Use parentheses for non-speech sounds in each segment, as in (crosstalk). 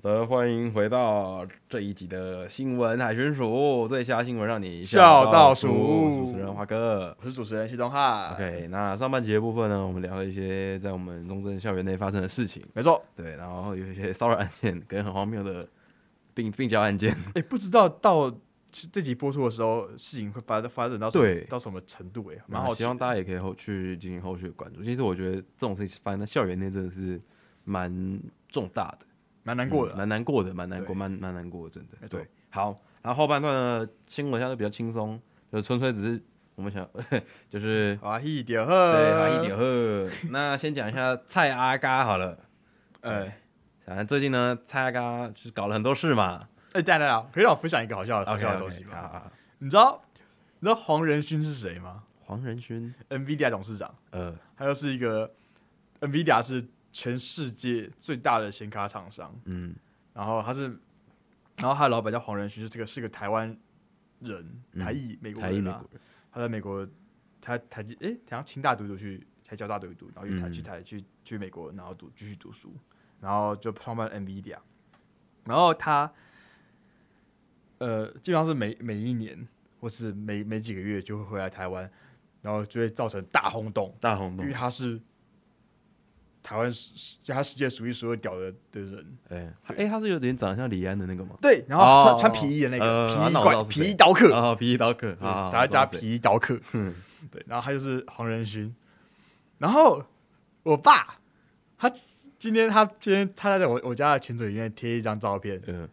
的，欢迎回到这一集的新闻海巡署最瞎新闻，让你笑到到数。数主持人华哥。我是主持人谢东汉。 OK，那上半节的部分呢，我们聊了一些在我们中正校园内发生的事情，没错。对，然后有一些骚扰案件跟很荒谬的病病交案件，哎、不知道到这集播出的时候，事情会发发展到什么对到什么程度、哎，蛮然好后奇希的。望大家也可以后去进行后续的关注。其实我觉得这种事情发生在校园内真的是蛮重大的。蛮难过的嗯啊、蛮、难过的，蛮难过，对蛮蛮难过的，真的。没错对，好，然后后半段呢，新闻相对比较轻松，就是纯粹只是我们想， (laughs) 就是好啊，一点对，好一点呵。那先讲一下蔡阿嘎好了，呃，哎、反正最近呢，蔡阿嘎就是搞了很多事嘛，哎等一下等一下，可以让我分享一个好笑的好笑的东西 OK，OK，好吗？好好你知道你知道黄仁勋是谁吗黄仁勋， ？NVIDIA 董事长，呃，他就是一个 NVIDIA 是全世界最大的显卡厂商，嗯，然后他是，然后他的老板叫黄仁勋，是这个是个台湾人，嗯台裔美国台裔人美啊国，人，他在美国，他台积诶，好像清大读一读去，还交大读一读，然后去台、嗯去台去去美国，然后读继续读书，然后就创办 NVIDIA，然后他呃，基本上是每每一年或是每每几个月就会回来台湾，然后就会造成大轰动，大红因洞为，他是台湾是他世界数一数二屌的的人。哎哎，他是有点长得像李安的那个吗？对，然哦后穿、穿皮衣的那呃啊个、皮那衣我知道怪是皮谁衣刀客，啊，皮衣刀客，啊，大家嗯加皮，皮刀 (laughs) 客，对，然后他就是黄仁勋，然后我爸他今天他今天他在我我家的群组里面贴一张照片，嗯，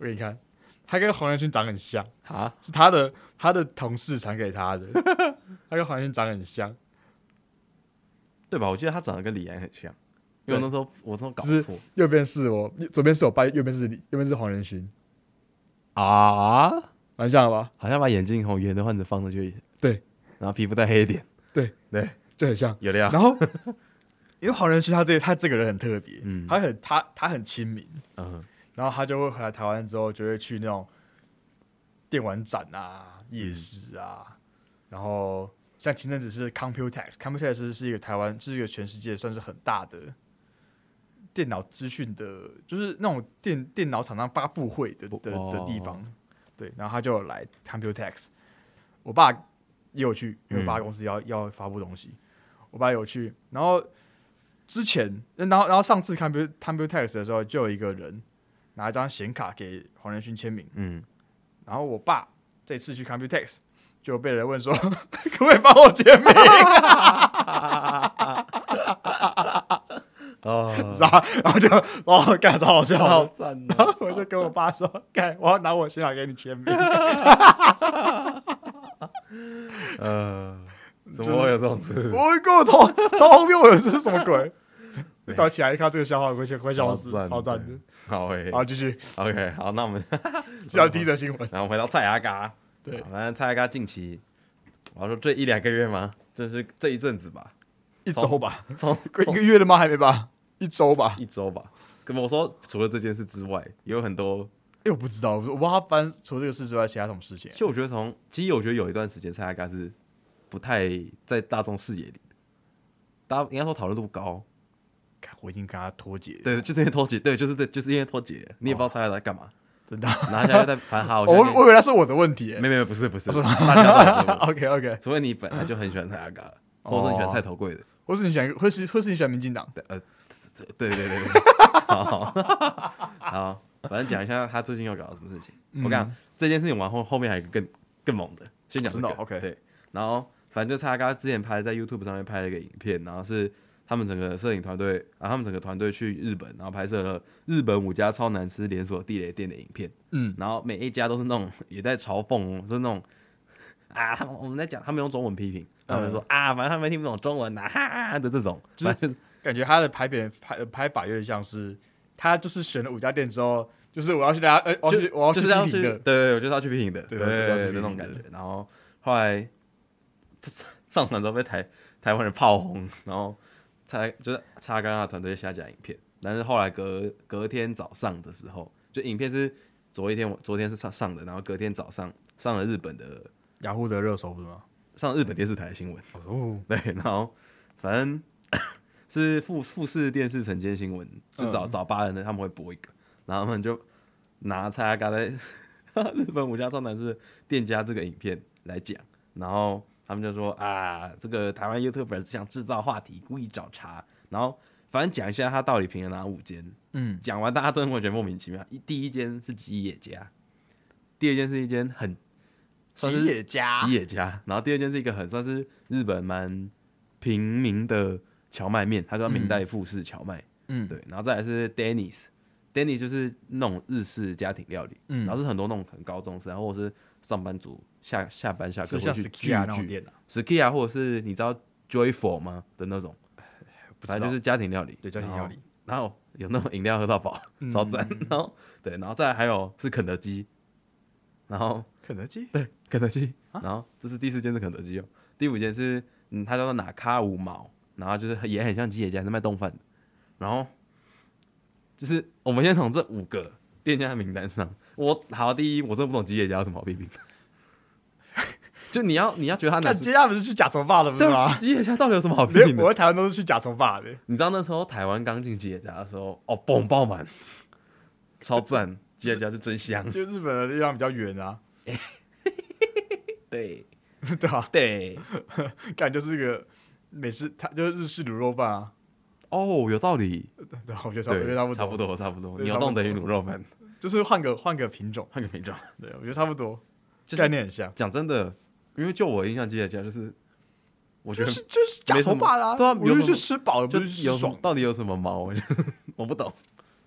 我给你看，他跟黄仁勋长很像，啊，是他的他的同事传给他的， (laughs) 他跟黄仁勋长很像，对吧？我记得他长得跟李安很像，因为我那时候我那时候搞就是错右边是我，左边是我爸，右边是李右边是黄仁勋，啊。蛮像的吧？好像把眼镜从圆的换成方的就对，然后皮肤再黑一点，对对，就很像。有料。然 (laughs) 后因为黄仁勋他这他这个人很特别，嗯他很他他很亲民。嗯然后他就会回来台湾之后，就会去那种电玩展啊、夜市啊，然后像前阵子是 Computex，Computex 是是一个台湾，是一个全世界算是很大的电脑资讯的，就是那种电电脑厂商发布会的的哦的地方。对，然后他就有来 Computex，我爸也有去，因为我爸嗯公司要、要发布东西，我爸有去，然后。之前，然后然后上次 Comput Computex 的时候，就有一个人拿一张显卡给黄仁勋签名。嗯，然后我爸这次去 Computex 就被人问说， (laughs) 可不可以帮我签名？啊哦，然后 (laughs) 然后就哦，干超好 (laughs) 笑好的。赞哦！然后我就跟我爸说，干，我要拿我显卡给你签 (laughs) 名。 (laughs) 呃，怎么会有这种事？我跟我超超荒谬的，这是什么鬼？早起来一看这个笑话，我先快笑死，超赞的。好诶好，继续，OK，好，那我们， (laughs) 继续第一则新闻。然后我们回到蔡阿嘎，对好反正蔡阿嘎近期，我要说这一两个月吗？就是这一阵子吧， (laughs) 一周吧，从快一个月了吗？还没吧？一周吧？一周吧。跟我说，除了这件事之外，也有很多。哎，我不知道，我不知道他搬除了这个事之外，其他什么事情其？实我觉得从，其实我觉得有一段时间蔡阿嘎是不太在大众视野里的，大家应该说讨论度高，干 (laughs) 我已经跟他脱节了，对，就是因为脱节，对，就是这，就是因为脱节，你也不知道蔡阿嘎在干嘛，真的。然后现在在烦他，哦我我相信我以为那是我的问题欸。没没没，不是不是，大家都是， OK (laughs) OK，除非你本来就很喜欢蔡阿嘎，哦或者是你喜欢蔡头贵的，或是你选，或是或是你选民进党，对呃，这这对对对对，好， (laughs) 好，反正讲一下他最近要搞什么事情。嗯我跟你讲这件事情完后，后面还有一个更更猛的，先讲这个真的哦，OK 对，然后反正就蔡阿嘎之前拍在 YouTube 上面拍了一个影片，然后是。他们整个摄影团队，然后他们整个团队去日本，然后拍摄了日本五家超难吃连锁地雷店的影片。嗯，然后每一家都是那种 (laughs) 也在嘲讽哦，是那种啊，他们我们在讲，他们用中文批评，他们说、啊，反正他们听不懂中文呐、啊，哈哈哈的这种，嗯就是反正就是感觉他的牌匾拍拍法有点像是他就是选了五家店之后，就是我要去大家，呃，我要去我要就去是要批去，评对对的，对，我就是要去批评的，对对对我就是要去对批那评种感的觉。然后后来上传之后被台台湾人炮轰，然后才就是擦干啊他的团队下架影片，但是后来隔隔天早上的时候，就影片是昨一天我昨天是上上的，然后隔天早上上了日本的雅虎的热搜不是吗？上日本电视台的新闻。哦， (laughs) 对，然后反 (coughs) 正是富富士电视晨间新闻，就早、早八人的他们会播一个，然后他们就拿蔡阿嘎在 (laughs) 日本五家超男是店家这个影片来讲，然后他们就说啊，这个台湾 YouTuber 想制造话题，故意找茬，然后反正讲一下他到底评了哪五间，嗯，讲完大家真的会觉得莫名其妙。一第一间是吉野家，第二间是一间很算是吉野家吉野家，然后第二间是一个很算是日本蛮平民的荞麦面，它叫明代富士荞麦，嗯对，然后再来是 Dennis，Dennis 就是那种日式家庭料理，嗯然后是很多那种可能高中生或者是上班族下下班下课就会像去 s 聚 k i a 那种聚店啊， ，Skia 或者是你知道 Joyful 吗的那种，不知反正就道是家庭料理，对家庭料理，嗯然后有那种饮料喝到饱，超赞。然后对，然后再来还有是肯德基，然后肯德基对肯德基，啊然后这是第四间是肯德基哦，第五间是嗯，它叫做哪卡五毛，然后就是也很像吉野家是卖冻饭的，然后就是我们先从这五个店家的名单上，我好第一，我真的不懂吉野家有什么好批评的， (laughs) 就你要你要觉得他哪那吉野家不是去假头发的不是吗？吉野家到底有什么好批连评的我？在台湾都是去假头发的，你知道那时候台湾刚进吉野家的时候，哦，嘣爆满，超 (laughs) 赞，吉野家是真香。就日本的地方比较远啊，对 (laughs) 对吧、对，感觉就是一个美式，它就是日式卤肉饭啊，哦，有道理，对吧？我觉得差不我觉对得差不，差不多，差不多，对牛差不冻等于卤肉饭，就是换个换个品种，换个品种。对，我觉得差不多， (laughs) 就是概念很像，讲真的，因为就我印象吉野家就是，我觉就得是就是假没什头么发啦，对啊我有就什去么吃饱了，就不是去有吃什爽么，到底有什么毛， (laughs) 我就是我不懂，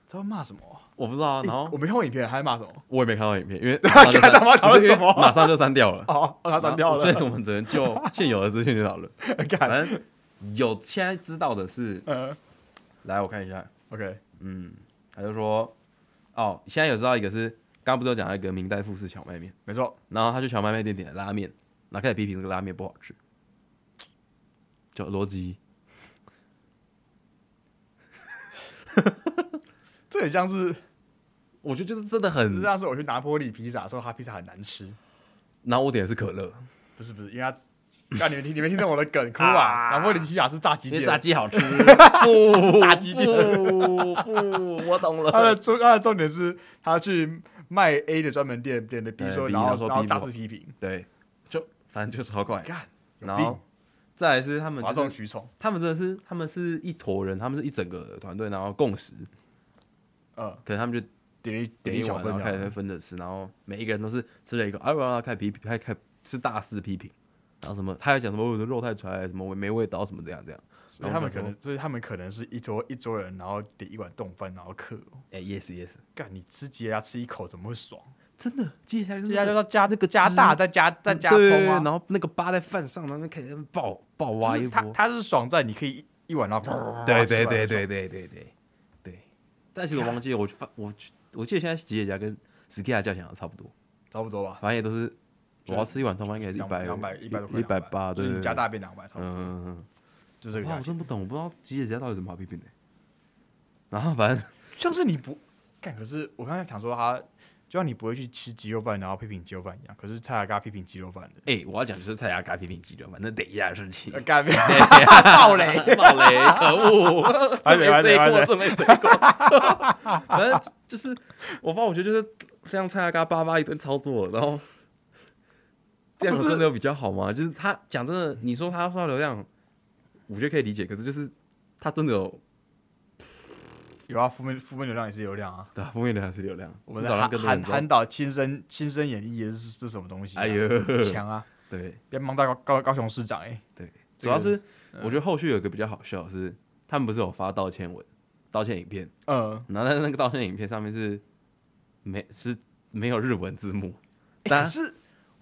知道骂什么？我不知道啊。欸然后我没看过影片，还骂什么？我也没看到影片， (laughs) 因为马上就删干嘛讨论不是因为什么马上就删掉了，哦，把它 (laughs) 删掉所以了。啊我们只能就 (laughs) 现有的资讯就讨论。看，反正有现在知道的是，嗯来我看一下， ，OK，嗯，他就说，哦，现在有知道一个是，刚刚不是有讲到一个明代富士荞麦面，没错，然后他去荞麦面店点了拉面，然后开始批评这个拉面不好吃，就逻辑，这很像是，我觉得就是真的这很，像是我去啊拿坡里披萨，说他披萨很难吃，然后我点的是可乐，不是不是，因为他，啊，你们听你没听懂我的梗，哭啊！啊拿坡里披萨是炸鸡因为店，炸鸡好吃， (laughs) 不 (laughs) 炸鸡店不不，我 (laughs) 懂他的了，重他的重点是他去卖 A 的专门店点的 B 呃说， B，然他后说然后 B 大不肆批评，对，就反正就是超怪，干有然病后，再来是他们哗就是众取宠，他们真的是，他们是一坨人，他们是一整个团队，然后共识，呃，可能他们就点一点一一小碗，份然后开始啊，分着吃，然后每一个人都是吃了一个，哎、啊，然后开始批评，开开是大肆批评，然后什么，他还讲什么哦我的肉太柴，什么没味道，什么这样这样，所以他们然后可能，所以他们可能是一桌一桌人，然后点一碗冻饭，然后客哦，哎、y e s yes，干你吃吉野家吃一口怎么会爽？真的，接下来就是吉那野家个就要加那个加大，再加再加嗯对葱啊，然后那个疤在饭上，然后那边开始爆爆挖一他波，他是爽在你可以一一碗然后对对对对对对对对，但其实我忘记了我发我我记得现在吉野家跟 Skia 价钱好像差不多。差不多吧，反正也都是，我要吃一碗汤饭应该是一两百两百一百多块，一百八，就对对是你对加大变两百，差不多嗯，嗯就这嗯个哇，价我钱。真不懂，我不知道吉野家到底有什么好批评的。然后反正像是你不干，可是我刚才想说他，就像你不会去吃鸡肉饭，然后批评鸡肉饭一样，可是蔡雅嘎批评鸡肉饭的，哎，我要讲就是蔡雅嘎批评鸡肉，反正等一下的事情呃。干 (laughs) 别爆雷， (laughs) 暴雷，可恶！ (laughs) 还这没完没没飞完过，这没飞过。反正就是，我发现我觉得就是这样蔡阿嘎巴巴一顿操作，然后这样不有是真的有比较好吗？就是他讲真的，你说他刷流量，我觉得可以理解，可是就是他真的有 (laughs) 有啊，负面负面流量也是流量啊。对啊，负面流量是流量，我们至少让韩更多人韩知道韩导亲身亲身演绎的是这什么东西、啊？哎呦强啊！对别蒙到高高高雄市长哎、对，这主个嗯要是我觉得后续有一个比较好笑的是，他们不是有发道歉文、道歉影片，嗯，然后但是那个道歉影片上面是没是没有日文字幕，欸但可是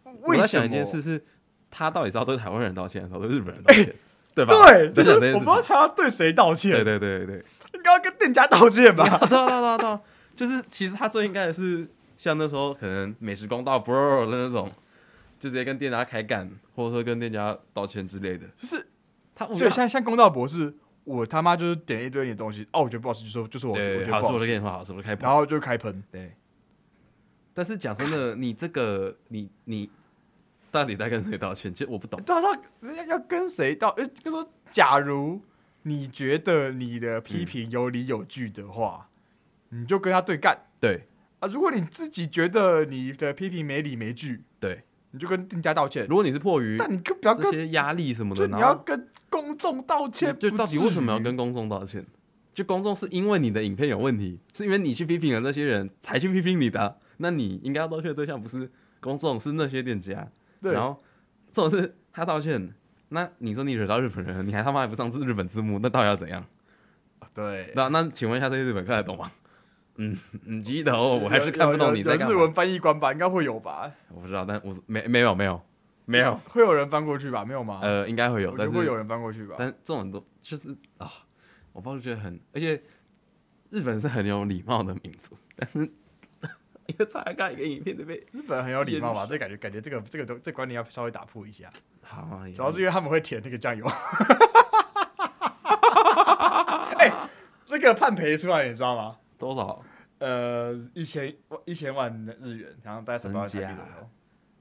我为在什想么？一件事是，他到底是要对台湾人道歉，还是要对日本人道 (laughs) 歉，对吧？对，在就是想我这件事不知道情。他要对谁道歉，对对对对对， (laughs) 应该要跟店家道歉吧？啊对啊对啊对啊对啊，就是其实他最应该的是像那时候可能美食公道 bro 的那种，就直接跟店家开干，或者说跟店家道歉之类的。就是他我觉对，得像像公道博士，我他妈就是点一堆你的东西，哦，我觉得不好吃，就说就是我，对我对，觉好得是不我的好吃，跟你说好是我的开然炮。后就开喷。对，但是讲真的，你这个你你到底在跟谁道歉？其实我不懂。对啊，那人家要跟谁道？呃，就说假如你觉得你的批评有理有据的话，你就跟他对干对啊。如果你自己觉得你的批评没理没据，对，你就跟店家道歉。如果你是迫于但你更不要这跟，些压力什么就的，你然要后跟公众道歉，就不到底为什么要至于跟公众道歉？就公众是因为你的影片有问题，是因为你去批评了那些人才去批评你的啊、那你应该要道歉的对象不是公众，是那些店家。对然后这种是他道歉，那你说你惹到日本人了，你还他妈还不上字日本字幕，那到底要怎样？对？那那请问一下，这些日本看得懂吗？嗯，你记得哦，我还是有看不懂你有在有干日嘛。文翻译官吧，应该会有吧？我不知道，但我没没有没有没有，会有人翻过去吧？没有吗？呃，应该会有，我觉但得是会有人翻过去吧？但这种都就是啊，我爸就觉得很，而且日本是很有礼貌的民族， (laughs) 但是因为查看一个影片就被日本人很有礼貌吧？这感觉感觉这个这个都这观念要稍微打破一下，好啊，主要是因为他们会舔那 (laughs) 个酱油。哎、这个判赔出来你知道吗？多少？呃，一千一千万日元，然后大概三百万台币左右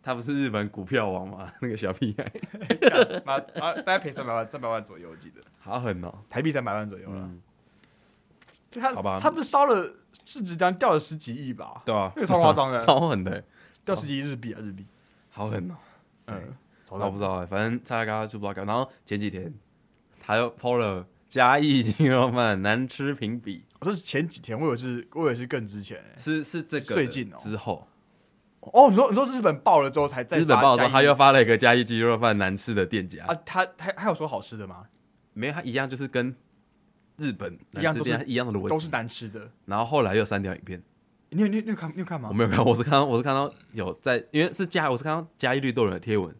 他不是日本股票王吗？ (laughs) 那个小屁孩，干，妈 (laughs) 啊，大概赔三百万，三百万左右，我记得好狠哦！台币三百万左右了。嗯，就他好吧他不是烧了市值单掉了十几亿吧？对啊那，个超夸张的 (laughs) 超狠的，掉十几亿日币啊，日币。好狠哦！嗯，超我不知道哎，反正查看就不知道干嘛。然后前几天他又 PO 了嘉义鸡肉饭难吃评比，我说是前几天，我以为是，我以为是更之前、欸。是是这个的最近哦之后，哦，你说你说日本爆了之后才再日本报之说他又发了一个嘉义鸡肉饭难吃的店家啊，他还还有说好吃的吗？没有，它一样就是跟日本一样男士都是店一样的逻辑，都是难吃的。然后后来又删掉影片，你有你有你有看你有看吗我？没有看，我是看到我是看到有在，因为是加我是看到加一绿豆人的贴文，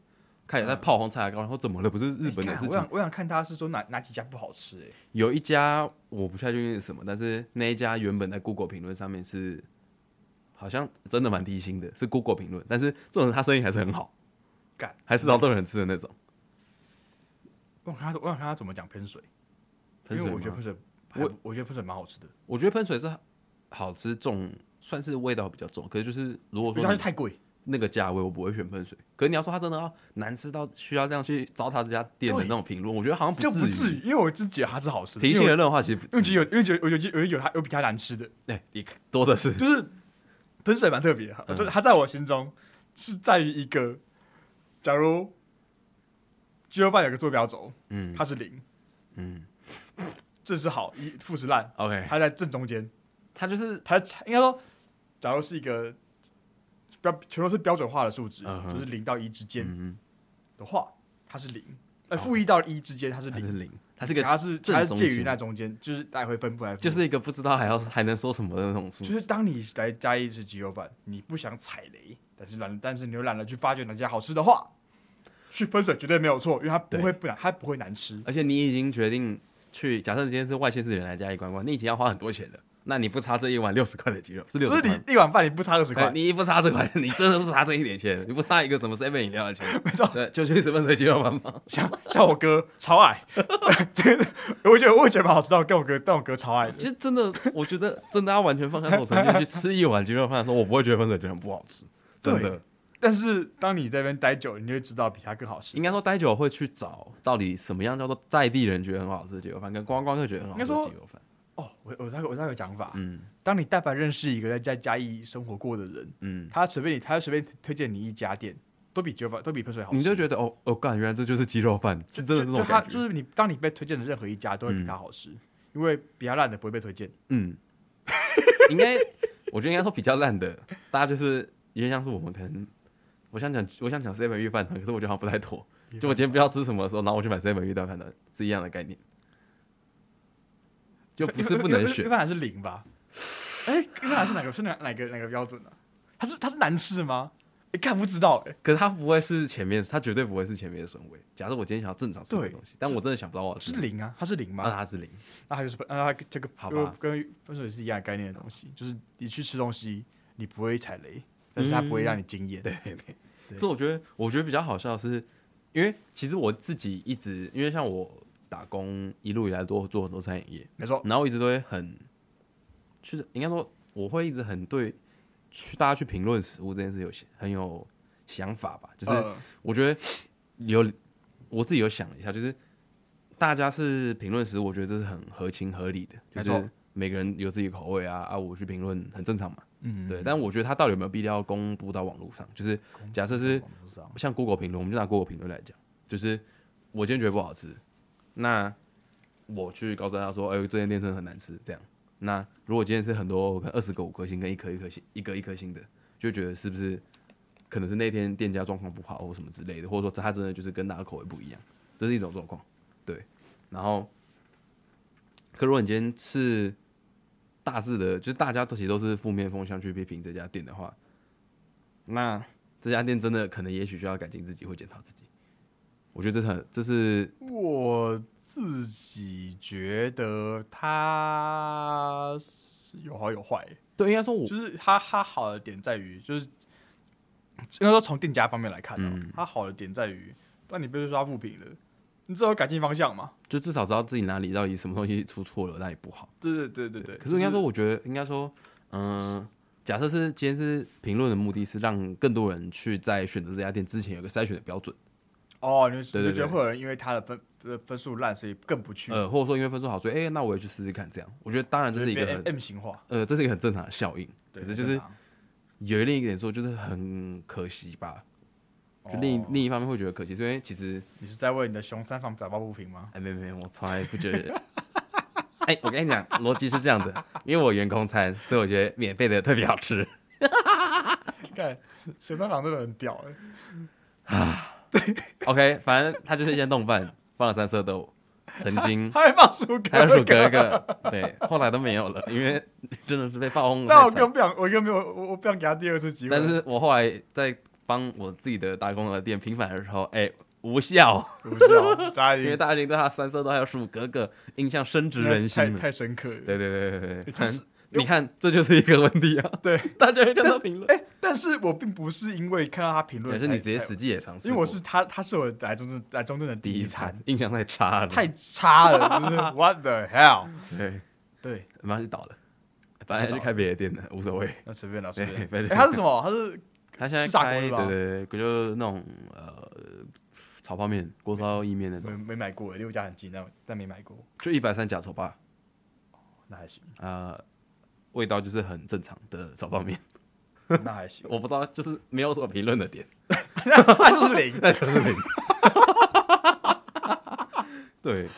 看有在炮轰菜来糕，然后怎么了？不是日本的哎事看我情想，我想看他是说哪哪几家不好吃哎、有一家我不确定是什么，但是那一家原本在 Google 评论上面是好像真的蛮低薪的，是 Google 评论，但是这种人他生意还是很好，干还是劳动人吃的那种，我想看他我想看他怎么讲喷水，喷水因为我吗觉得喷水，我我我觉得喷水蛮好吃的，我觉得喷水是好吃重，算是味道比较重，可是就是如我果说觉得它你是太贵。那个价位，我不会选喷水。可是你要说它真的要难吃到需要这样去糟蹋这家店的对那种评论，我觉得好像就不至至于。于，因为我自己觉得它是好吃的，平因心为而论的话，其实不我因为至于有因为觉得有有有有它有比它难吃的，哎，你多的 (laughs) 是，就是喷水蛮特别嗯的，就是它在我心中是在于一个，假如鸡肉饭有个坐标轴，嗯它是零，嗯这是好，一负是烂， ，OK，它在正中间，它就是它应该说，假如是一个标全都是标准化的数值，嗯哼就是零到一之间嗯，的话，它是零，呃，哦负一到一之间它是它是零，零，它是个它是正它是中介于间那中间，就是来回分布来分布，就是一个不知道还要还能说什么的那种数就是当你来加一只鸡肉饭，你不想踩雷，但是懒，但是你又懒得去发掘哪家好吃的话，去分水绝对没有错，因为它不对会不难，它不会难吃。而且你已经决定去，假设今天是外县市人来家里观光，你已经要花很多钱了，那你不差这一碗六十块的鸡肉是六就十是块吗。你一碗饭你不差二十哎块，你不差这块， (laughs) 你真的不差这一点钱，你不差一个什么 seven 饮料的钱， (laughs) 没错对，就去十分水鸡肉饭吗？像像我哥超 (laughs) 矮，这个我觉得我也觉得蛮好吃，但我跟我哥但我哥超矮其的，实真的，我觉得真的要完全放开我成见去吃一碗鸡肉饭的时候，我不会觉得分水觉得很不好吃，真对的。但是当你在那边待久，你就会知道比它更好吃。应该说待久会去找到底什么样叫做在地人觉得很好吃的鸡肉饭，跟观光客觉得很好吃的鸡肉饭。哦，我我知道我知道有讲法，嗯当你但凡认识一个在家嘉义生活过的人，嗯，他随便你他随便推荐你一家店，都比酒饭都比喷水好吃。你就觉得哦哦，干，原来这就是鸡肉饭，是真的是这就种它感就觉。是你，当你被推荐的任何一家都会比它好吃，因为比它烂的不会被推荐。嗯， (laughs) 应该我觉得应该说比较烂的，大家就是有点像是我们可能，我想讲我想讲 seven 预饭团，可是我觉得好像不太妥。就我今天不知道吃什么的时候，然后我去买 seven 预饭团是一样的概念，就不是不能选一。般还是零吧？哎、一般还是哪个是哪哪个哪个标准呢、啊？它是它是难吃吗？哎、看不知道哎、可是它不会是前面，它绝对不会是前面的顺位。假设我今天想要正常吃的对东西，但我真的想不到我要吃是，零啊，它是零那吗？它是零。那它就是那它这个好吧就跟分手也是一样的概念的东西，就是你去吃东西，你不会踩雷，但是它不会让你惊艳。嗯对对对，所以我觉得我觉得比较好笑的是，因为其实我自己一直因为像我打工一路以来都做很多餐饮业，没错，然后一直都会很，就是应该说我会一直很对去大家去评论食物这件事有很有想法吧，就是呃我觉得有我自己有想了一下，就是大家是评论时，我觉得这是很合情合理的，没就是错每个人有自己口味啊啊，我去评论很正常嘛。嗯，对，但我觉得他到底有没有必要公布到网络上？就是假设是网络上像 Google 评论，我们就拿 Google 评论来讲，就是我今天觉得不好吃，那我去告诉大家说，哎、这间店真的很难吃，这样。那如果今天是很多可能二十个五颗星跟一颗一颗星一个一颗星的，就觉得是不是可能是那天店家状况不好或什么之类的，或者说他真的就是跟大家口味不一样，这是一种状况。对，然后，可如果你今天是大肆的，就是大家都其实都是负面风向去批评这家店的话，那这家店真的可能也许需要改进自己，或检讨自己。我觉得这是很这是我自己觉得它是有好有坏，对，应该说我就是它它好的点在于，就是应该说从店家方面来看、嗯哦，它好的点在于，当你被刷负评了，你知道有改进方向嘛？就至少知道自己哪里到底什么东西出错了，哪里不好。对对对对对。可是应该就说，我觉得应该说，嗯，假设是今天是评论的目的是让更多人去在选择这家店之前有个筛选的标准，哦，你就对你对就觉对得会有人因为他的分呃分数烂，所以更不去，呃，或者说因为分数好，所以哎、那我也去试试看这样。我觉得当然这就是一个变很 M 型化。呃，这是一个很正常的效应。对可是很就正是常有另一个点说，就是很可惜吧。就另、哦另一方面会觉得可惜，是因为其实你是在为你的熊三房打抱不平吗？ (laughs) 哎，没没，我从来不觉得。 (laughs) 哎，我跟你讲，逻辑是这样的，因为我员工餐，所以我觉得免费的特别好吃。看熊三房真的很屌哎、嗯 OK，反正它就是一间冻饭，放了三色豆，曾经 (laughs) 他还放鼠哥，还有薯格格，对，后来都没有了，因为 (laughs) 真的是被炮轰的那太我惨。更不想，我更没有，我我不想给他第二次机会。但是我后来在帮我自己的打工的店平反的时候，哎，无效，不是哦，大家已 (laughs) 因为经大家已经对它三色豆还有薯格格印象深植人心哎太了。太深刻了。对对对对对就对是，你看，这就是一个问题 (laughs) 啊！对，大家一定要评论。哎、但是我并不是因为看到他评论也才，是你直接才实际也尝试过，因为我是他，他是我来中正来中正的第第一一餐餐，，印象太差了，太差 (laughs) 了，就是 What the hell？对， (laughs) 对，马上就倒了，反正就开别的店了，无所谓。那随便啦，随对便。反正哎他是什么？他是他现在是炸锅开，对吧对对，就那种呃炒泡面、锅烧意面那种，没没买过，离我家很近，但但没买过，就一百三假炒吧，那还行，呃，味道就是很正常的炒泡面， (laughs) (laughs) 那还行，我不知道，就是没有什么评论的点。 (laughs) 那就是零。对，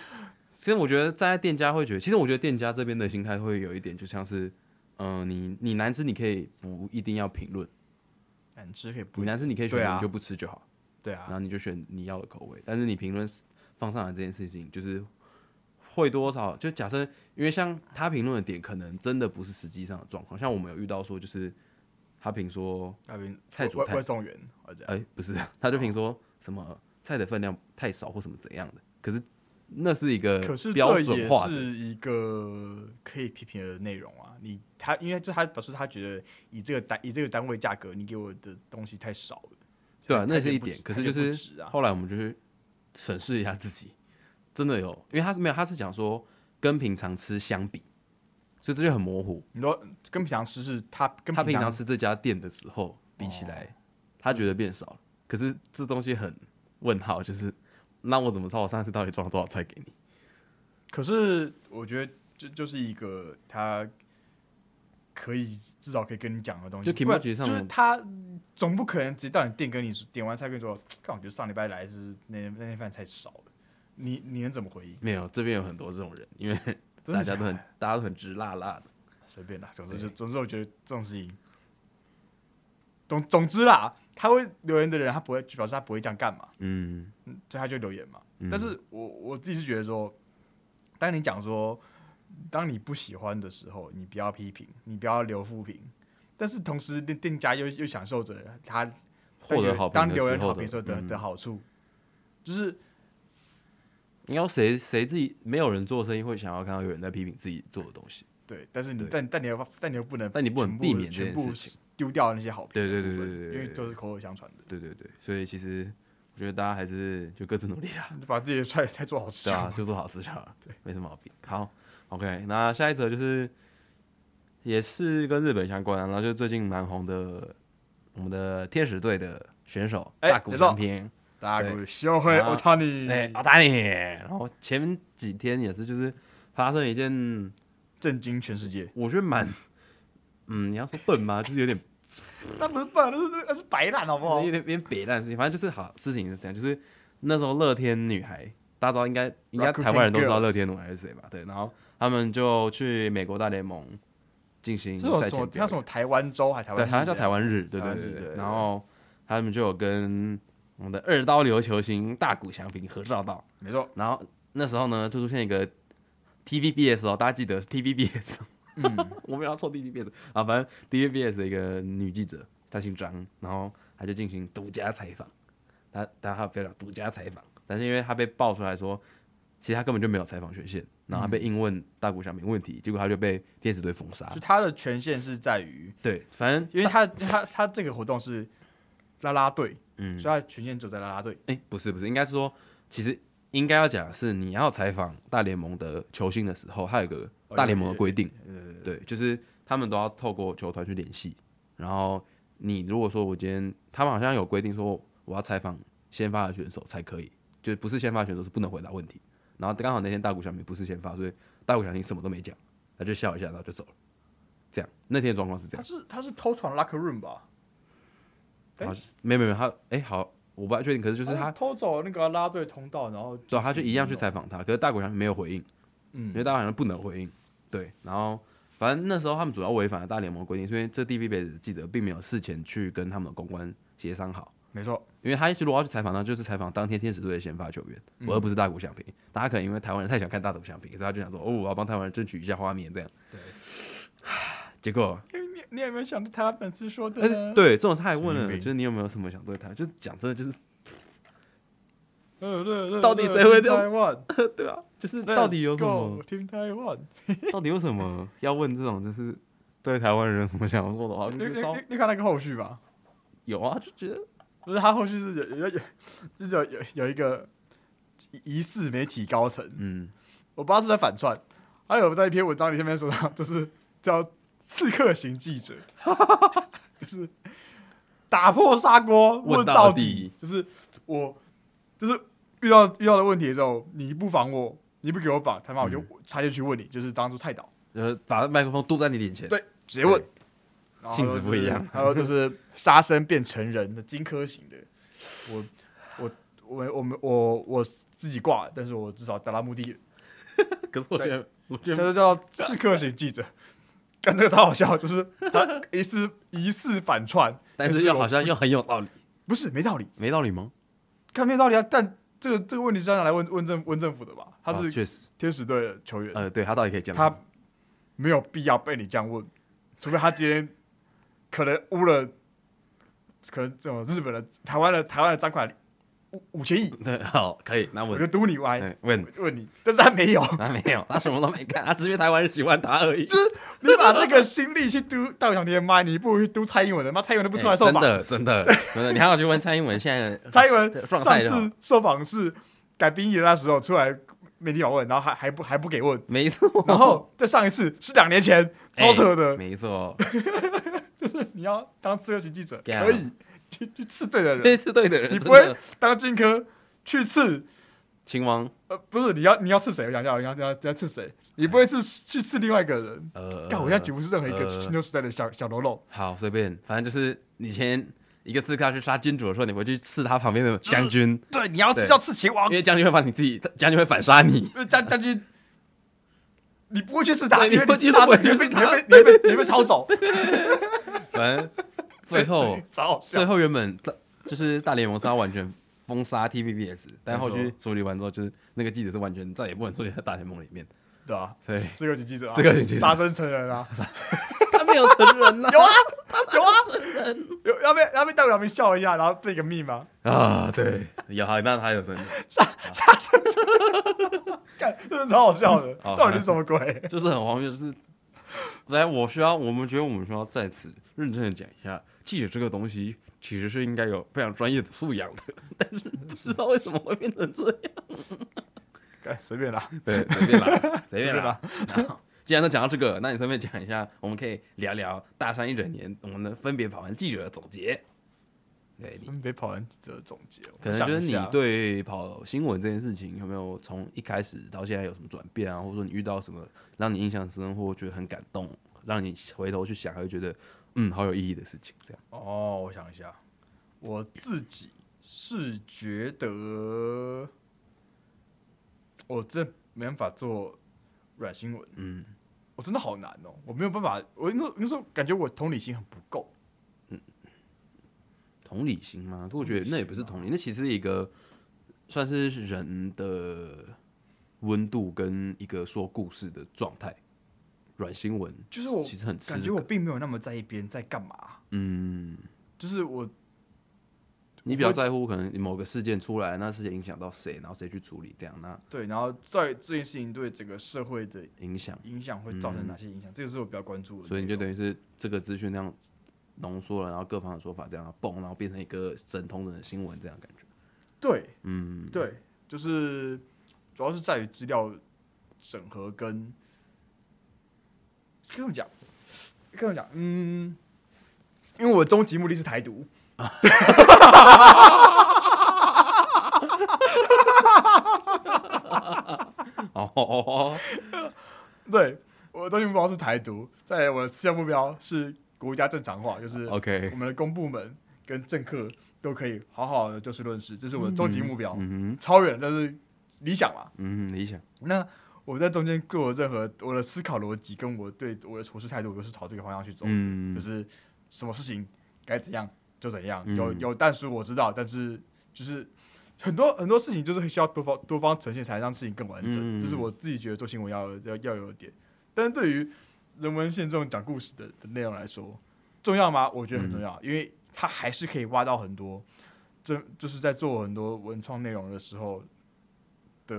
其实我觉得站在店家会觉得，其实我觉得店家这边的心态会有一点，就像是，嗯、你你难吃你可以不一定要评论，难嗯吃可以你不？难吃你可以选对啊择你就不吃就好。对然啊，后你就选你要的口味。但是你评论放上来这件事情，就是会多少？就假设，因为像他评论的点，可能真的不是实际上的状况。像我们有遇到说，就是他评说，那边菜主外太外送员或者这样哎、不是，他就评说什么菜的分量太少或什么怎样的。可是那是一个可是标这准也化是的，一个可以批评的内容啊！你他因为就他表示他觉得以这个单以这个单位价格，你给我的东西太少了。对啊，那他觉是得一不点值。可是他就觉得不是值啊，后来我们就去审视一下自己，真的有，因为他是没有，他是讲说跟平常吃相比，所以这就很模糊。你说跟平常吃是他跟他平常哦常吃这家店的时候比起来，他觉得变少了。可是这东西很问号，就是那我怎么知道我上次到底装了多少菜给你？可是我觉得这就是一个他可以至少可以跟你讲的东西，就不然 kimochi 上就是他总不可能直接到你店跟你说点完菜跟你说，看我觉得上礼拜来是那那天饭太少了，你你能怎么回应？没有，这边有很多这种人， (laughs) 因为真的大家假都很的大家都很直辣辣的。随便啦，总之就总之我觉得这种事情，总总之啦，他会留言的人，他不会就表示他不会这样干嘛，嗯，嗯所以他就留言嘛。嗯但是我我自己是觉得说，当你讲说，当你不喜欢的时候，你不要批评，你不要留负评，但是同时店店家又又享受着他获得好评当的留时言候好的嗯评时候的的好处，就是你要谁谁自己没有人做生意会想要看到有人在批评自己做的东西。对，但是你对但但你又但你又不能，但你不能避免这全件部事全情部丢掉那些好评对的部对分，对对对对因为对都是口耳相传的。对对对，所以其实我觉得大家还是就各自努力啦。就把自己的菜菜做好吃对就好啊，就做好事就好了，对，没什么毛病。好，OK，那下一则就是也是跟日本相关、啊，然后就最近蛮红的我们的天使队的选手哎大谷没错嗯翔平，大家鼓修会啊欧塔尼，哎，阿达尼，然后前几天也是就是发生了一件震惊全世界。我觉得蛮，嗯，你要说笨吗？就是有点那不是笨，那是那是白烂，好不好有？点有点北烂的事情，反正就是好事情是这样，就是那时候乐天女孩，大家知道应该应该 Rakuten 台湾人都知道 Girls 乐天女孩是谁吧？对，然后他们就去美国大联盟进行这种赛什前么表演叫什么台湾州还是台湾对，市好像叫的台湾日，对对台湾对日对对对。对然后他们就有跟我们的二刀流球星大谷翔平合照到，没错，然后那时候呢就出现一个 TVBS 哦，大家记得是 TVBS，嗯， (laughs) 我们要抽 TVBS 啊，反正 TVBS 的一个女记者，她姓张，然后她就进行独家采访，她她她不要讲独家采访，但是因为她被爆出来说，其实她根本就没有采访权限，然后她被硬问大谷翔平问题，结果她就被天使队封杀就，他的权限是在于，对，反正因为他他他这个活动是啦啦队，嗯。所以他的权限只有在啦啦队。哎、不是不是，应该是说，其实应该要讲的是，你要采访大联盟的球星的时候，它有个哦大有联盟的有规定，对对对对，就是他们都要透过球团去联系。然后你如果说我今天，他们好像有规定说我要采访先发的选手才可以，就是不是先发选手是不能回答问题。然后刚好那天大谷翔平不是先发，所以大谷翔平什么都没讲，他就笑一下，然后就走了。这样，那天的状况是这样他。是他是偷闯 locker room 吧？哎好像，没有没有没有他，哎、好，我不太确定，可是就是他他偷走那个啦啦队通道，然后对，啊他就一样去那种采访他，可是大谷翔平没有回应，嗯因为大谷翔平不能回应，对，然后反正那时候他们主要违反了大联盟规定，所以这 DVB 的记者并没有事前去跟他们的公关协商好，没错，因为他一直如果要去采访呢，就是采访当天天使队的先发球员，而不是大谷翔平。大家可能因为台湾人太想看大谷翔平，所以他就想说，哦，我要帮台湾人争取一下画面这样。对，结果你你有没有想到台湾粉丝说但的是呢？对这啊种他还问神了，经病就是你有没有什么想对他？就是讲真的，就是对呃对对，到底谁会这样台湾？ (laughs) 对啊，就是到底有什么？听台湾？到底有什么要问这种就是对台湾人有什么想要说的话？我就你觉 (laughs) 你得超你你看那个后续吧，有啊，就觉得不是他后续是有有 (laughs) 有，就是有有有一个疑似媒体高层，嗯，我不知道是在反串，还有在一篇文章里下面说到，就是叫刺客型记者， (laughs) 就是打破砂锅问问到到底底，就是我就是遇到遇到的问题的时候，你不防我，你不给我防，他妈我就插进去问你，就是当初菜刀，呃，把麦克风嘟在你脸前，对，直接问对。然后性质不一样还有就是杀生变成人的荆轲型的，我我我我们我我自己挂了，但是我至少达到目的了。可是我觉得，我觉这得就叫刺客型记者， (laughs) 干这个超好笑，就是他疑似疑似反串，但是又好像又很有道理，不是没道理，没道理吗？看没有道理啊。但这个这个问题是要拿来问问政问政府的吧？他啊是确实，天使队的球员，呃，对他到底可以讲什他么，没有必要被你这样问，除非他今天可能污了，可能这种日本的、台湾的、台湾的赃款五五千亿， (laughs) 对，好，可以，那我问就，嘟你歪，哎问，问你，但是 (laughs) 他没有，他没有，他什么都没干，他只是因为台湾人喜欢他而已，你把这个心力去嘟大小天麦，你不如去嘟蔡英文的，妈蔡英文都不出来哎受真访。的，真 (laughs) 的，真的，你还要去问蔡英文现在的蔡英文状上态就好次受访是改兵役的那时候出来媒体访问，然后还还不还不给问，没错，然后再上一次是两年前，超扯哎的。没错，哎你要当刺客型记者干啊可以去去刺对的这人，是对的人，你真不会的 (laughs) 当荆轲去刺秦王，呃不是你要你要刺谁？我想一下，你要你要你要刺谁？你不会是去刺另外一个人？呃，但我现在举不出任何一个呃春秋时代的小小喽啰，好，随便，反正就是你前一个刺客去杀金主的时候，你回去刺他旁边的将军，对，你要对刺要刺秦王因，为将军会把你自己，将军会反杀你。因为将将军，你不会去刺他，对因为你不会刺去他，刺你会被我你也会被你会被你会被抄 (laughs) 走，反正最 (laughs) 后 (laughs) 超好笑最。后原本大就是大联盟是要完全封杀 TVBS，但后续处理完之后，就是那个记者是完全再也不能出现在大联盟里面，对啊，所以这个女记者啊，这个女记者 (laughs) 杀身成人啊，他没有成人呐有啊，有啊，有要被要被代表明笑一下，然后被个密吗？ (laughs) 啊，对，有好，那他有成人，杀身成人，看， (laughs) 真的哦超好笑的，好到底是什么鬼？就是很荒谬，就是来，我需要，我们觉得我们需要在此认真的讲一下，记者这个东西其实是应该有非常专业的素养的，但是不知道为什么会变成这样。哎 (laughs) 随便啦， (laughs) 对，随便啦，随随便便啦啦。好 (laughs) 既然都讲到这个，那你顺便讲一下，我们可以聊聊大三一整年我们的分别跑完记者的总结。对，你他们被跑完者总结，我可能想就是一你下对跑新闻这件事情有没有从一开始到现在有什么转变啊，或者说你遇到什么让你印象深刻，或觉得很感动，让你回头去想，还会觉得嗯好有意义的事情，这样哦，我想一下，我自己是觉得我真的没办法做软新闻，嗯，我真的好难哦，我没有办法，我那那时候感觉我同理心很不够，同理心啊吗？可我觉得那也不是同理，那其实是一个算是人的温度跟一个说故事的状态。软新闻就是我其实很吃感觉我并没有那么在意别人在干嘛，嗯，就是我你我比较会在乎可能某个事件出来，那事件影响到谁，然后谁去处理，这样那对，然后在这件事情对整个社会的影响。影响会造成哪些影响，这个是我比较关注的内容，嗯所以你就等于是这个资讯量浓缩了，然后各方的说法这样蹦，然后变成一个神通人的新闻这样的感觉。对，嗯，对，就是主要是在于资料整合跟跟他们讲，跟他们讲，嗯，因为我的终极目的是台独，啊哦哦哦哦，对，我的终极目标是台独，在我的次要目标是国家正常化，就是我 OK，们的公部门跟政客都可以好好的就事论事，这是我的终极目标，嗯哼，超远但是理想嘛。嗯哼，理想，那我在中间做任何我的思考逻辑跟我对我的处事态度，我都是朝这个方向去走。嗯，就是什么事情该怎样就怎样。嗯有有但书我知道，但是就是很多很多事情就是需要多方多方呈现，才让事情更完整。嗯这是我自己觉得做新闻要要要有的点。但是对于人文现这种讲故事的的内容来说，重要吗？我觉得很重要，嗯因为它还是可以挖到很多，这就是在做很多文创内容的时候的。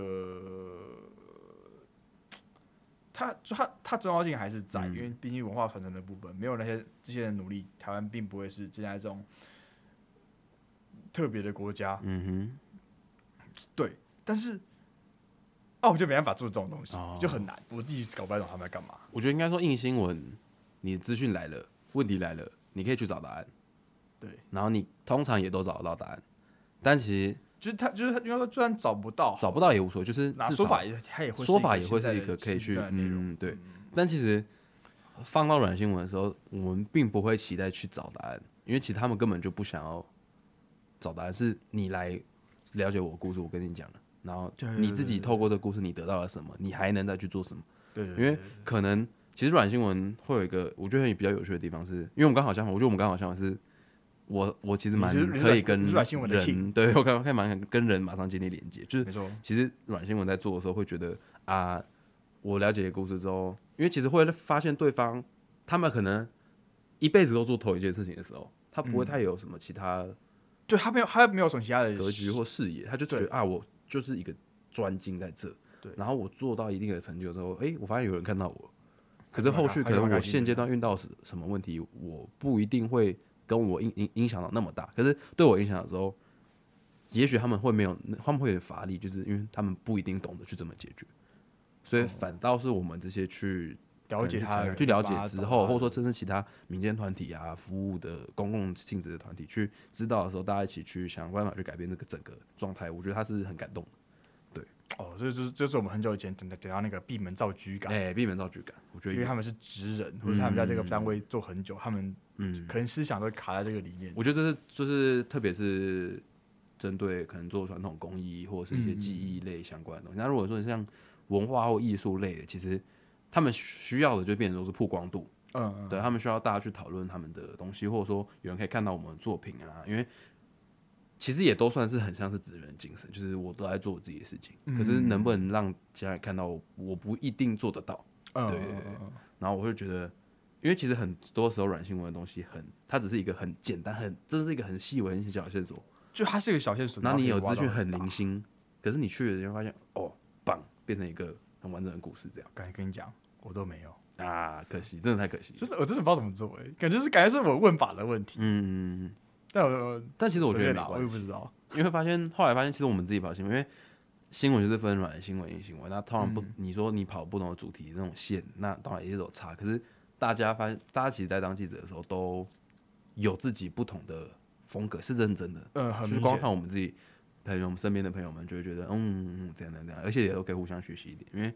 它它它重要性还是在，嗯因为毕竟文化传承的部分，没有那些这些人努力，台湾并不会是现在这种特别的国家。嗯但是，啊，我就没办法做这种东西，哦就很难，我自己搞不太懂他们在干嘛哼。，我觉得应该说硬新闻，你资讯来了，问题来了，你可以去找答案，对，然后你通常也都找得到答案，但其实就是他就是他，应该说，就算找不到，找不到也无所谓，就是拿至说少法也他也会说法也会是是一个可以去内容。嗯对，但其实放到软新闻的时候，我们并不会期待去找答案，因为其实他们根本就不想要找答案，是你来了解我的故事，我跟你讲了，然后对对你自己透过这个故事你得到了什么，你还能再去做什么？对对因为可能其实软新闻会有一个我觉得比较有趣的地方是，因为我们刚好相反，我觉得我们刚好相反是。我我其实蛮你是你是可以软跟你是软新闻的人， king 对我刚可以蛮跟人马上建立连接，就是没错，其实软新闻在做的时候，会觉得啊，我了解一个故事之后，因为其实会发现对方他们可能一辈子都做同一件事情的时候，他不嗯会太有什么其他就他没有他没有什么其他的格局或视野，他就觉得啊，我就是一个专精在这，对然后我做到一定的成就之后，诶，我发现有人看到我，可是后续可还蛮能开我心的现阶段遇到什什么问题，我不一定会跟我影影影响到那么大，可是对我影响的时候。也许他们会没有，他们会有点乏力，就是因为他们不一定懂得去怎么解决，所以哦反倒是我们这些去了解他的人去了解把他之找后，到或者说甚至其他民间团体啊、服务的公共性质的团体去知道的时候，大家一起去想办法去改变这个整个状态，我觉得他是很感动的，哦，这就是这是我们很久以前讲讲到那个闭门造车感。哎、避免造局感，我觉因为得，他们是职人，或者他们在这个单位做很久，他们嗯，可能思想都卡在这个里面。我觉得这是就是特别是针对可能做传统工艺或者是一些技艺类相关的东西。那如果说像文化或艺术类的，其实他们需要的就变成都是曝光度，嗯，对他们需要大家去讨论他们的东西，或者说有人可以看到我们的作品啊，因为其实也都算是很像是职人精神，就是我都在做我自己的事情，可是能不能让家人看到我，我不一定做得到。嗯，对嗯对嗯对嗯然后我会觉得，因为其实很多时候软新闻的东西很，它只是一个很简单、很真的是一个很细微、很小的线索，就它是一个小线索，然后你有资可以讯挖到很大零星，可是你去了你会发现，哦，棒，变成一个很完整的故事这样感觉跟你讲，我都没有，啊，可惜，真的太可惜了。就是我真的不知道怎么做、欸，感觉是感觉是我问法的问题，嗯，但我但其实我觉随得便没啦关我系也。不知道，因为发现后来发现，其实我们自己跑新闻，因为新闻就是分软新闻、硬新闻。那通常嗯不，你说你跑不同的主题那种线，那当然也是有差。可是大家发现，大家其实在当记者的时候，都有自己不同的风格，是认真的。嗯，很就是明光显看我们自己朋友、我们身边的朋友们，就会觉得，嗯，这样这样这样，而且也都可以互相学习一点，因为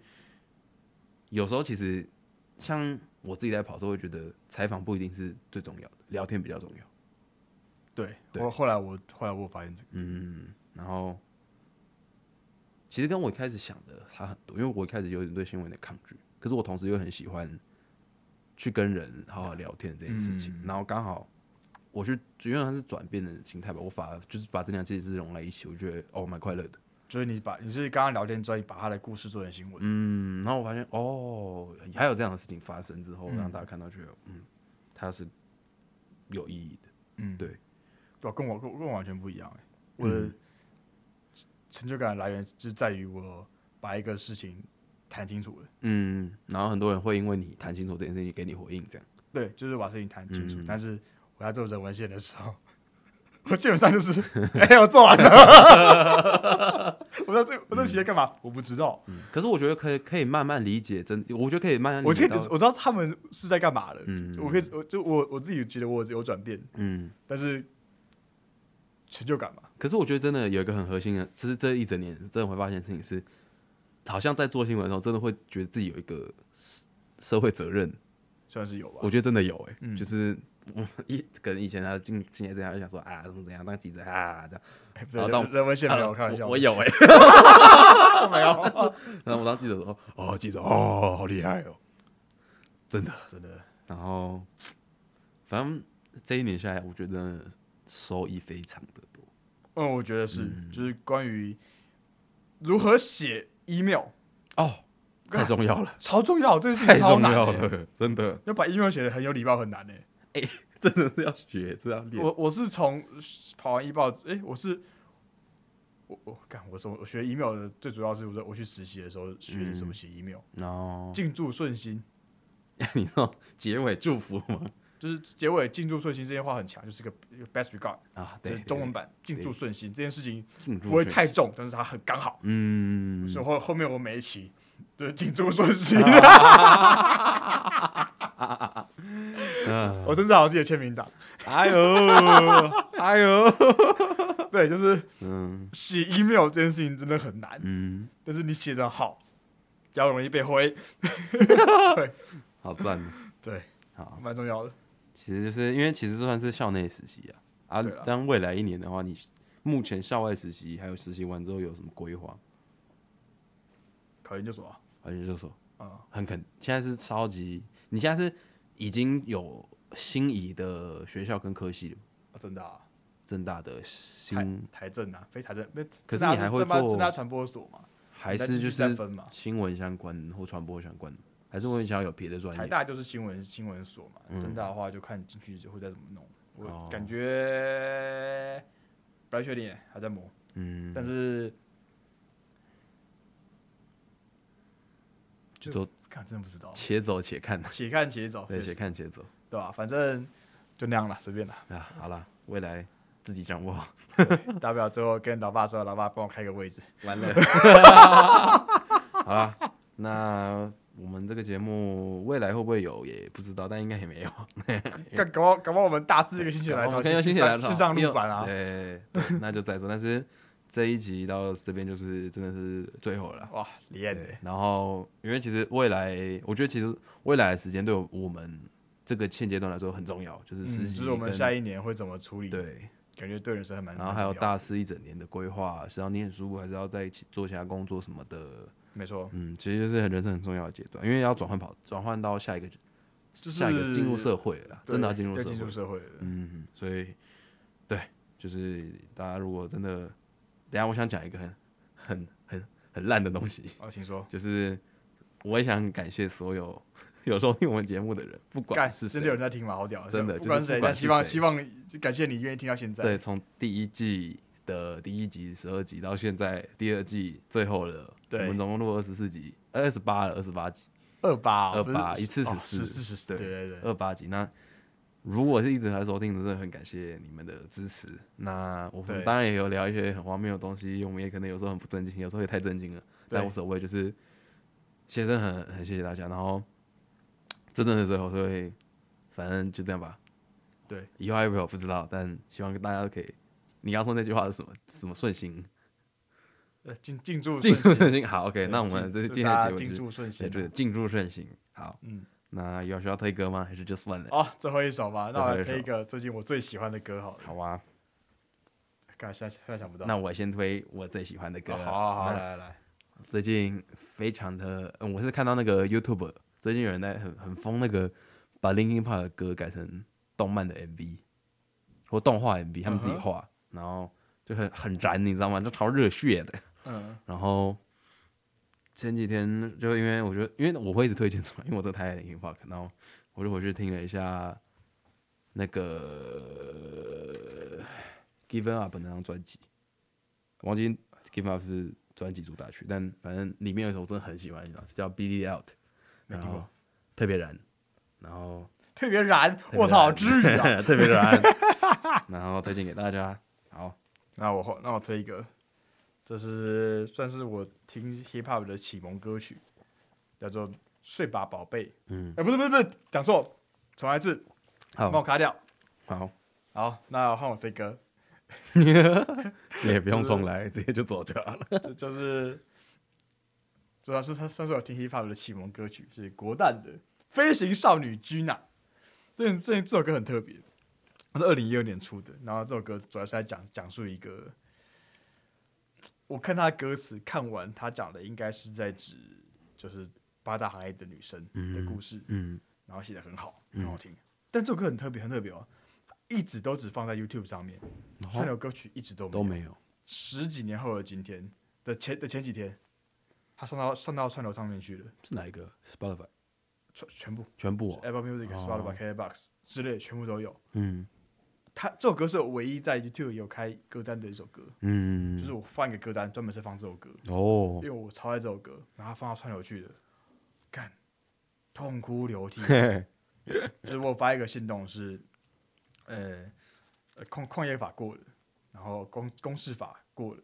有时候其实像我自己在跑的时候，会觉得采访不一定是最重要的，聊天比较重要。对，对我后来我后来我有发现这个，嗯，然后其实跟我一开始想的差很多，因为我一开始有点对新闻的抗拒，可是我同时又很喜欢去跟人好好聊天这件事情，然后刚好我去，因为它是转变的心态吧，我反而就是把这两件事融在一起，我觉得哦蛮快乐的，就是你把你是刚刚聊天之后，你把他的故事做成新闻，嗯，然后我发现哦还有这样的事情发生之后，让大家看到觉得嗯它是有意义的，嗯，对，嗯对吧，跟我跟我跟我完全不一样、欸。我的成就感的来源就是在于我把一个事情谈清楚了，嗯，然后很多人会因为你谈清楚这件事情给你回应这样。对，就是把事情谈清楚。嗯但是我在做人文线的时候， (laughs) 我基本上就是， (laughs) 哎、我做完了， (laughs) 我在这我在期在干嘛？我不知道，可是我觉得可以可以慢慢理解，真，我觉得可以慢慢我理可以解理到解，我知道他们是在干嘛的，嗯我可以，我就我我自己觉得我有转变，嗯。但是成就感嘛，可是我觉得真的有一个很核心的，其实这一整年真的会发现的事情是，好像在做新闻的时候，真的会觉得自己有一个社社会责任。算是有吧。我觉得真的有哎、嗯就是我以可能以前他进进来之前还会想说啊怎么怎样当记者啊这样，哎不好 (laughs) 对但我人人文线没有，啊开玩笑 (laughs) 的，我我有哎、 (laughs) 没有，然后我当记者的时候， (laughs) 哦记者哦好厉害哦，真的。真的。然后反正这一年下来，我觉得收益非常的多。嗯，我觉得是，就是关于如何写 email 哦，太重要了，超重要，这件事太情超重难、要欸。了，真的，要把 email 写的很有礼貌很难呢、欸 (laughs) 真的是要学，这要练。我我是从跑完 email，哎、我是我我干，我什么？我学 email 的最主要是我在我去实习的时候学嗯的怎么写 email，然后 (laughs) 进、驻顺心，你说结尾祝福吗？就是结尾进驻顺心这些话很强，就是个一个 best regard，啊，就对是，中文版进驻顺心这件事情进不会，太重，但是它很刚好。嗯，所以后后面我每一期就是进驻 (laughs) 顺心。 (laughs) 嗯我甚至还有自己的签名档。哎 (laughs) 呦，哎呦，对，就是嗯写 email 这件事情真的很难，嗯，但是你写的好，比较容易被灰，好赞哦，对，好，蛮重要的。其实就是因为其实这算是校内实习啊，啊对啊，但未来一年的话，你目前校外实习还有实习完之后有什么规划？考研究所啊，而且就说，啊很肯，现在是超级，你现在是已经有心仪的学校跟科系了，啊真的啊，正大的台新台政啊，非台政，没。嗯可是正大你还会正大做正大传播所嘛？还你再是继就续再是分嘛？新闻相关或传播相关的，还是我想要有别的专台业？大就是新闻新闻所嘛，正大的话就看进去会再怎么弄。嗯哦我感觉不太确定耶，还在磨，嗯，但是就都看真的不知道，且走且 (laughs) 看，且看且走，对，对且看且走吧？反正就那样了，随便啦。啊。好啦，未来自己掌握。大不了最后跟老爸说，老爸帮我开个 (laughs) 位置。完了，好啦，那我们这个节目未来会不会有也不知道，但应该也 (laughs) 没有。干搞不好搞不好我们大四一个星期来我找们可以用新血来线啊上录版啊！对，对那就再说。但是这一集到这边就是真的是最后了啦。哇，李艳对，然后因为其实未来，我觉得其实未来的时间对我们这个现阶段来说很重要，就是实嗯，习、就是我们下一年会怎么处理？，对，感觉对人生还蛮。然后还有蛮重要的，大四一整年的规划，是要念书还是要在一起做其他工作什么的，没错，嗯，其实就是人生很重要的阶段，因为要转换跑，转换到下一个，就是下一个进入社会了啦，对真的要进入要社会进入，社会了。嗯，所以对，就是大家如果真的，等一下我想讲一个很很很很烂的东西，哦，请说，就是我也想感谢所有 (laughs) 有收听我们节目的人，不管干是真的有谁人，在听吗？好屌，真的不管就是谁，不管但是希望谁希望就感谢你愿意听到现在。对，从第一季的第一集十二集到现在第二季最后了，对我们总共录二十四集，呃二十八了，二十八集，二八哦， 28一次十14十四十四，对对对，二八集。那如果是一直在收听的，真的很感谢你们的支持。那我对们当然也有聊一些很荒谬的东西，我们也可能有时候很不正经，有时候也太正经了，但对无所谓。就是先生很很谢谢大家，然后这真的是最后，所以反正就这样吧。对，以后还有没有不知道，但希望大家都可以。你刚说那句话是嗯什么？什么顺心？呃，进进驻进驻顺顺心心。好，OK，那我们这这今天的节目进就是驻顺对心。对进驻顺心。好，嗯，那有需要推歌吗？还是就算了？哦，最后一首吧，那最后我来一首推一个最近我最喜欢的歌好了。好啊，看，现在现在想不到。那我先推我最喜欢的歌哦啊。好好好，那来来来，最近非常的，嗯，我是看到那个 YouTube 最近有人在很很疯那个把 Linkin Park 的歌改成动漫的 MV 或动画 MV，他们自己嗯哼画然后就很很燃，你知道吗？就超热血的。嗯，然后前几天就因为我觉得，因为我会一直推荐出来，因为我都太爱 Linkin Park，然后我就回去听了一下那个 Given Up 那张专辑，忘记 Given Up 是专辑主打曲，但反正里面有一首我真的很喜欢，是叫 Beat It Out，没然听过后特别燃，然后特别燃，我 (laughs) 操，至于啊！特别燃，然后推荐给大家。好，那我后那我推一个，这是算是我听 hip hop 的启蒙歌曲，叫做《睡吧宝贝》。嗯哎、，不是不是不是，讲错，重来一次，帮我好，卡掉。好，好，那换我飞歌，也不用重来，直接就走就好了。这就是，主要是他算是我听 hip hop 的启蒙歌曲，是国蛋的《飞行少女 Gina》。这这这首歌很特别，它是二零一二年出的，然后这首歌主要是在讲讲述一个，我看他的歌词，看完他讲的应该是在指就是八大行业的女生的故事，嗯。然后写的很好，很好听。但这首歌很特别，很特别哦，一直都只放在 YouTube 上面，串流歌曲一直都没有都没有。十几年后的今天的前的前几天，他上到上到串流上面去了，是哪一个？Spotify 全全部全部、哦。 Apple Music、哦 Spotify、KBox 之类的全部都有。嗯他这首歌是我唯一在 YouTube 有开歌单的一首歌，嗯，就是我放一个歌单专门是放这首歌，因哦，为我超爱这首歌，然后它放到串流去的，干痛哭流涕。嘿就是我发一个行动是，呃，呃矿矿业法过了，然后公公示法过了，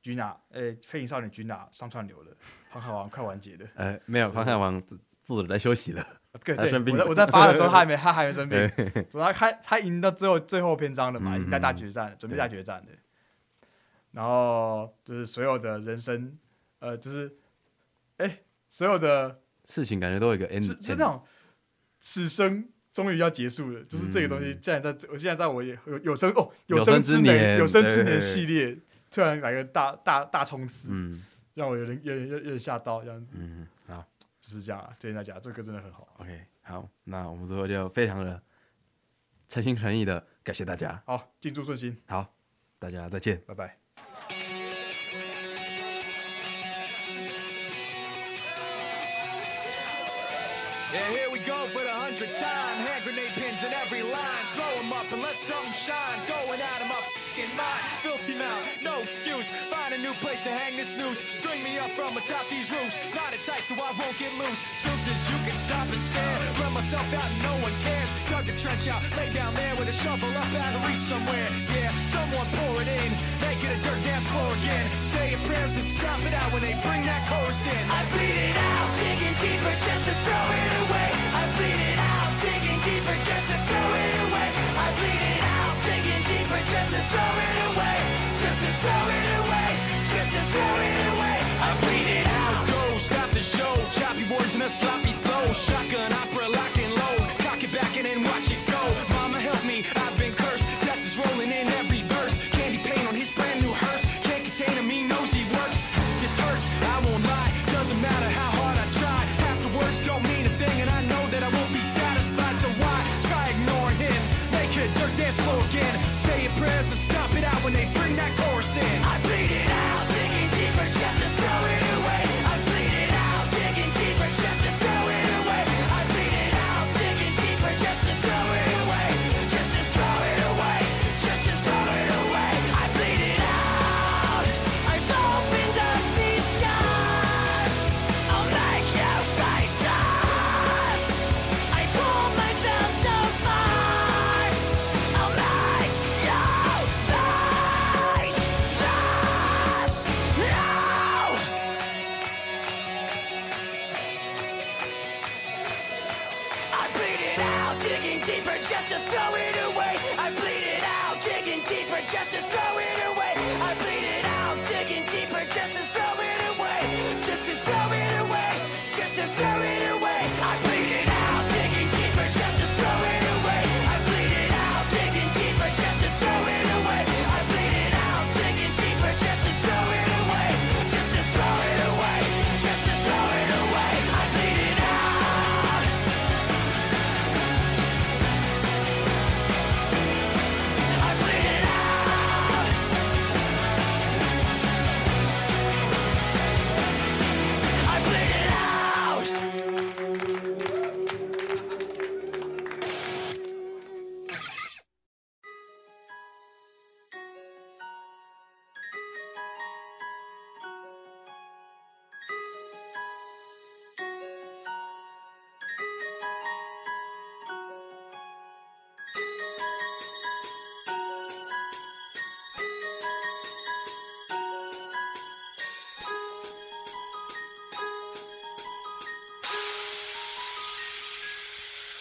军拿呃飞行少年军拿上串流了，航海王快完结了。哎，没有，康看王作作者在休息了。对 (laughs) 他对，生病我在了我在发的时候他还没他还没生病，总之他他他赢到最后最后篇章了嘛，嗯赢在大决战了，准备大决战了。然后就是所有的人生，呃，就是，哎，所有的事情感觉都有一个 end，是是 end 那种此生终于要结束了，就是这个东西嗯竟然在这，我现在在我也有有生哦有有生生之之年年有生之对年系列，突然来个大大大冲刺，嗯让我有点有点有点有点吓到，这样子嗯，好就是这样啊。推荐大家，这个歌真的很好啊。 ，OK，好，那我们最后就非常的诚心诚意的感谢大家，好，进驻顺心，好，大家再见。拜拜。 Yeah, here we go for the hundredth time. Hand grenade pins in every line. Throw 'em up and let some shine. Going out of my fing mind. Filthy mouth, no excuse. Find a new place to hang this noose. String me up from atop these roofs. Knot it tight so I won't get loose. Truth is, you can stop and stare. Let myself out and no one cares. Dug a trench out, lay down there with a shovel up out of reach somewhere. Yeah, someone pour it in. Make it a dirt dance floor again. Say your prayers and stop it out when they bring that chorus in. I bleed it out, digging deeper just to throw it away. I bleed it out, digging deeper just to throw it away. I bleed it out, digging deeper just to throw it away. Just to throw it away, just to throw it away. I bleed it out. go. Stop the show. Choppy words and a sloppy flow. Shotgun opera lock and load. Cock it back and then watch it go. Mama help me, I've been cursed. Death is rolling in every verse. Candy paint on his brand new hearse. Can't contain him, he knows he works. This hurts, I won't lie. Doesn't matter how hard I try. Half the words don't mean a thing, and I know that I won't be satisfied. So why try ignoring him? Make it a dirt dance floor again. Say your prayers and stop it out when they bring that chorus in. I bleed it out, digging deeper just to throw it away. I bleed it out, digging deeper just to throw it away. I bleed it out, digging deeper just to throw it away. Just to throw it away, just to throw it away. I bleed it out. I've opened up these scars. I'll make you face us. I pull myself so far. I'll make you face.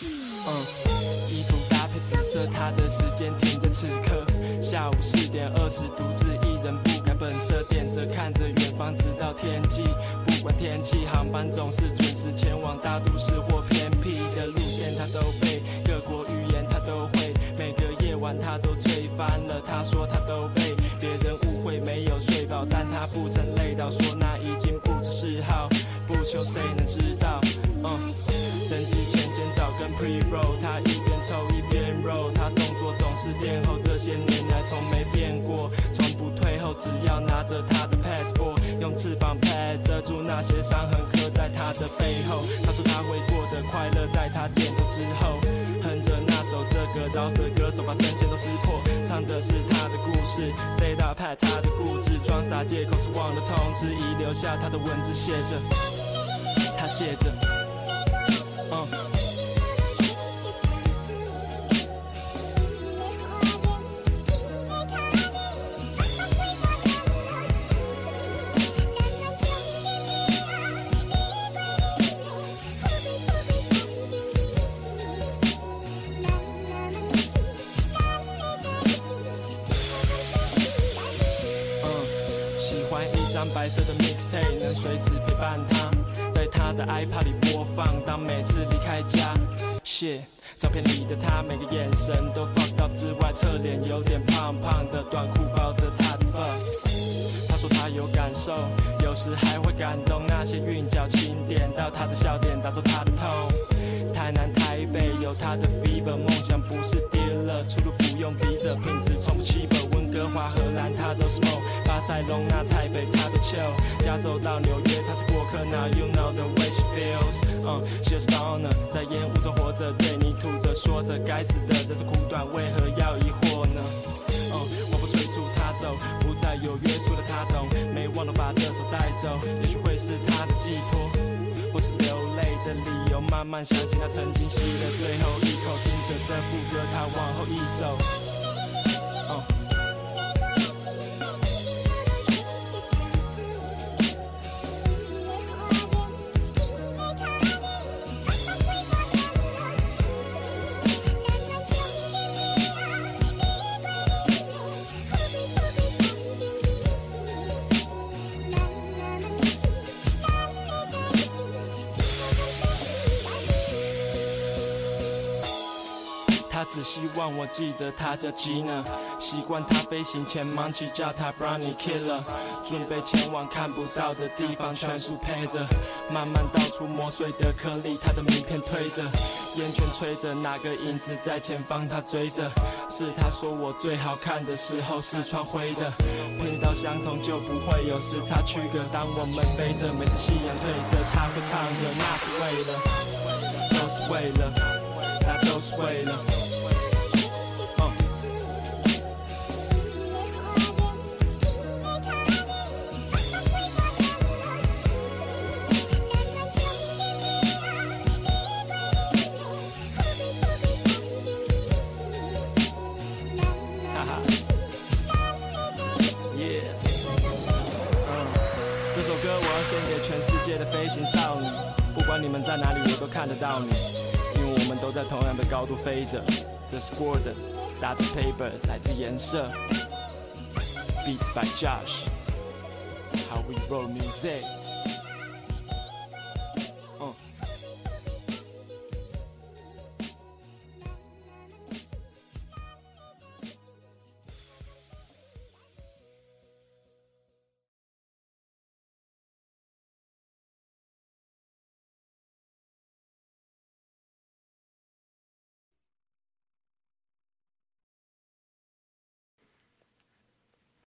嗯，衣服搭配紫色，他的时间停在此刻。下午四点二十，独自一人不改本色，点着看着远方，直到天际。不管天气，航班总是准时前往大都市或偏僻的路线，他都背。各国语言他都会，每个夜晚他都醉翻了。他说他都被别人误会没有睡饱，但他不曾累到，说那已经不知嗜好，不求谁能知道。嗯。人机前先找根 pre roll，他一边抽一边 roll，他动作总是垫后，这些年来从没变过，从不退后，只要拿着他的 passport，用翅膀 pad 遮住那些伤痕刻在他的背后。他说他会过得快乐，在他点头之后，哼着那首这个饶舌歌手把声线都撕破，唱的是他的故事，stay up pad 他的固执，装傻借口是忘了通知，遗留下他的文字写着，他写着。嗯。嗯，喜欢一张白色的 mixtape，能随时陪伴他，在他的 iPad 里播放。当每次离开家，shit，照片里的他每个眼神都 fucked up 之外，侧脸有点胖胖的，短裤包着他的 fuck。他说他有感受，有时还会感动那些韵脚轻点到他的笑点，打中他的痛。台南、台北有他的 fever，梦想不是 dealer，出路不用逼着，品质从不欺本。温哥华、荷兰他都是梦，巴塞隆那、台北他的 chill，加州到纽约他是过客，Now you know the way she feels，嗯，she's stoner，在烟雾中活着，对你吐着说着，该死的人生苦短，为何要疑惑呢？嗯，我不催促他走，不再有约束的他懂，没忘了把这首带走，也许会是他的寄托，或是流泪的理由。慢慢想起他曾经吸的最后一口，听着这副歌，他往后一走。哦、他只希望我记得他叫 Gina，习惯他飞行前忙起叫他 Brownie Killer，准备前往看不到的地方，全速陪着，慢慢倒出磨碎的颗粒，他的名片推着，烟圈吹着，哪个影子在前方，他追着，是他说我最好看的时候是穿灰的，频道相同就不会有时差区隔，当我们飞着，每次夕阳褪色，他会唱着，那是为了，都是为了，那都是为了。嗯哈哈，Yeah，嗯，这首歌我要献给全世界的飞行少女，不管你们在哪里，我都看得到你，因为我们都在同样的高度飞着。这是 Gordon，打的 paper 来自颜色，Beats by Josh，How we roll music。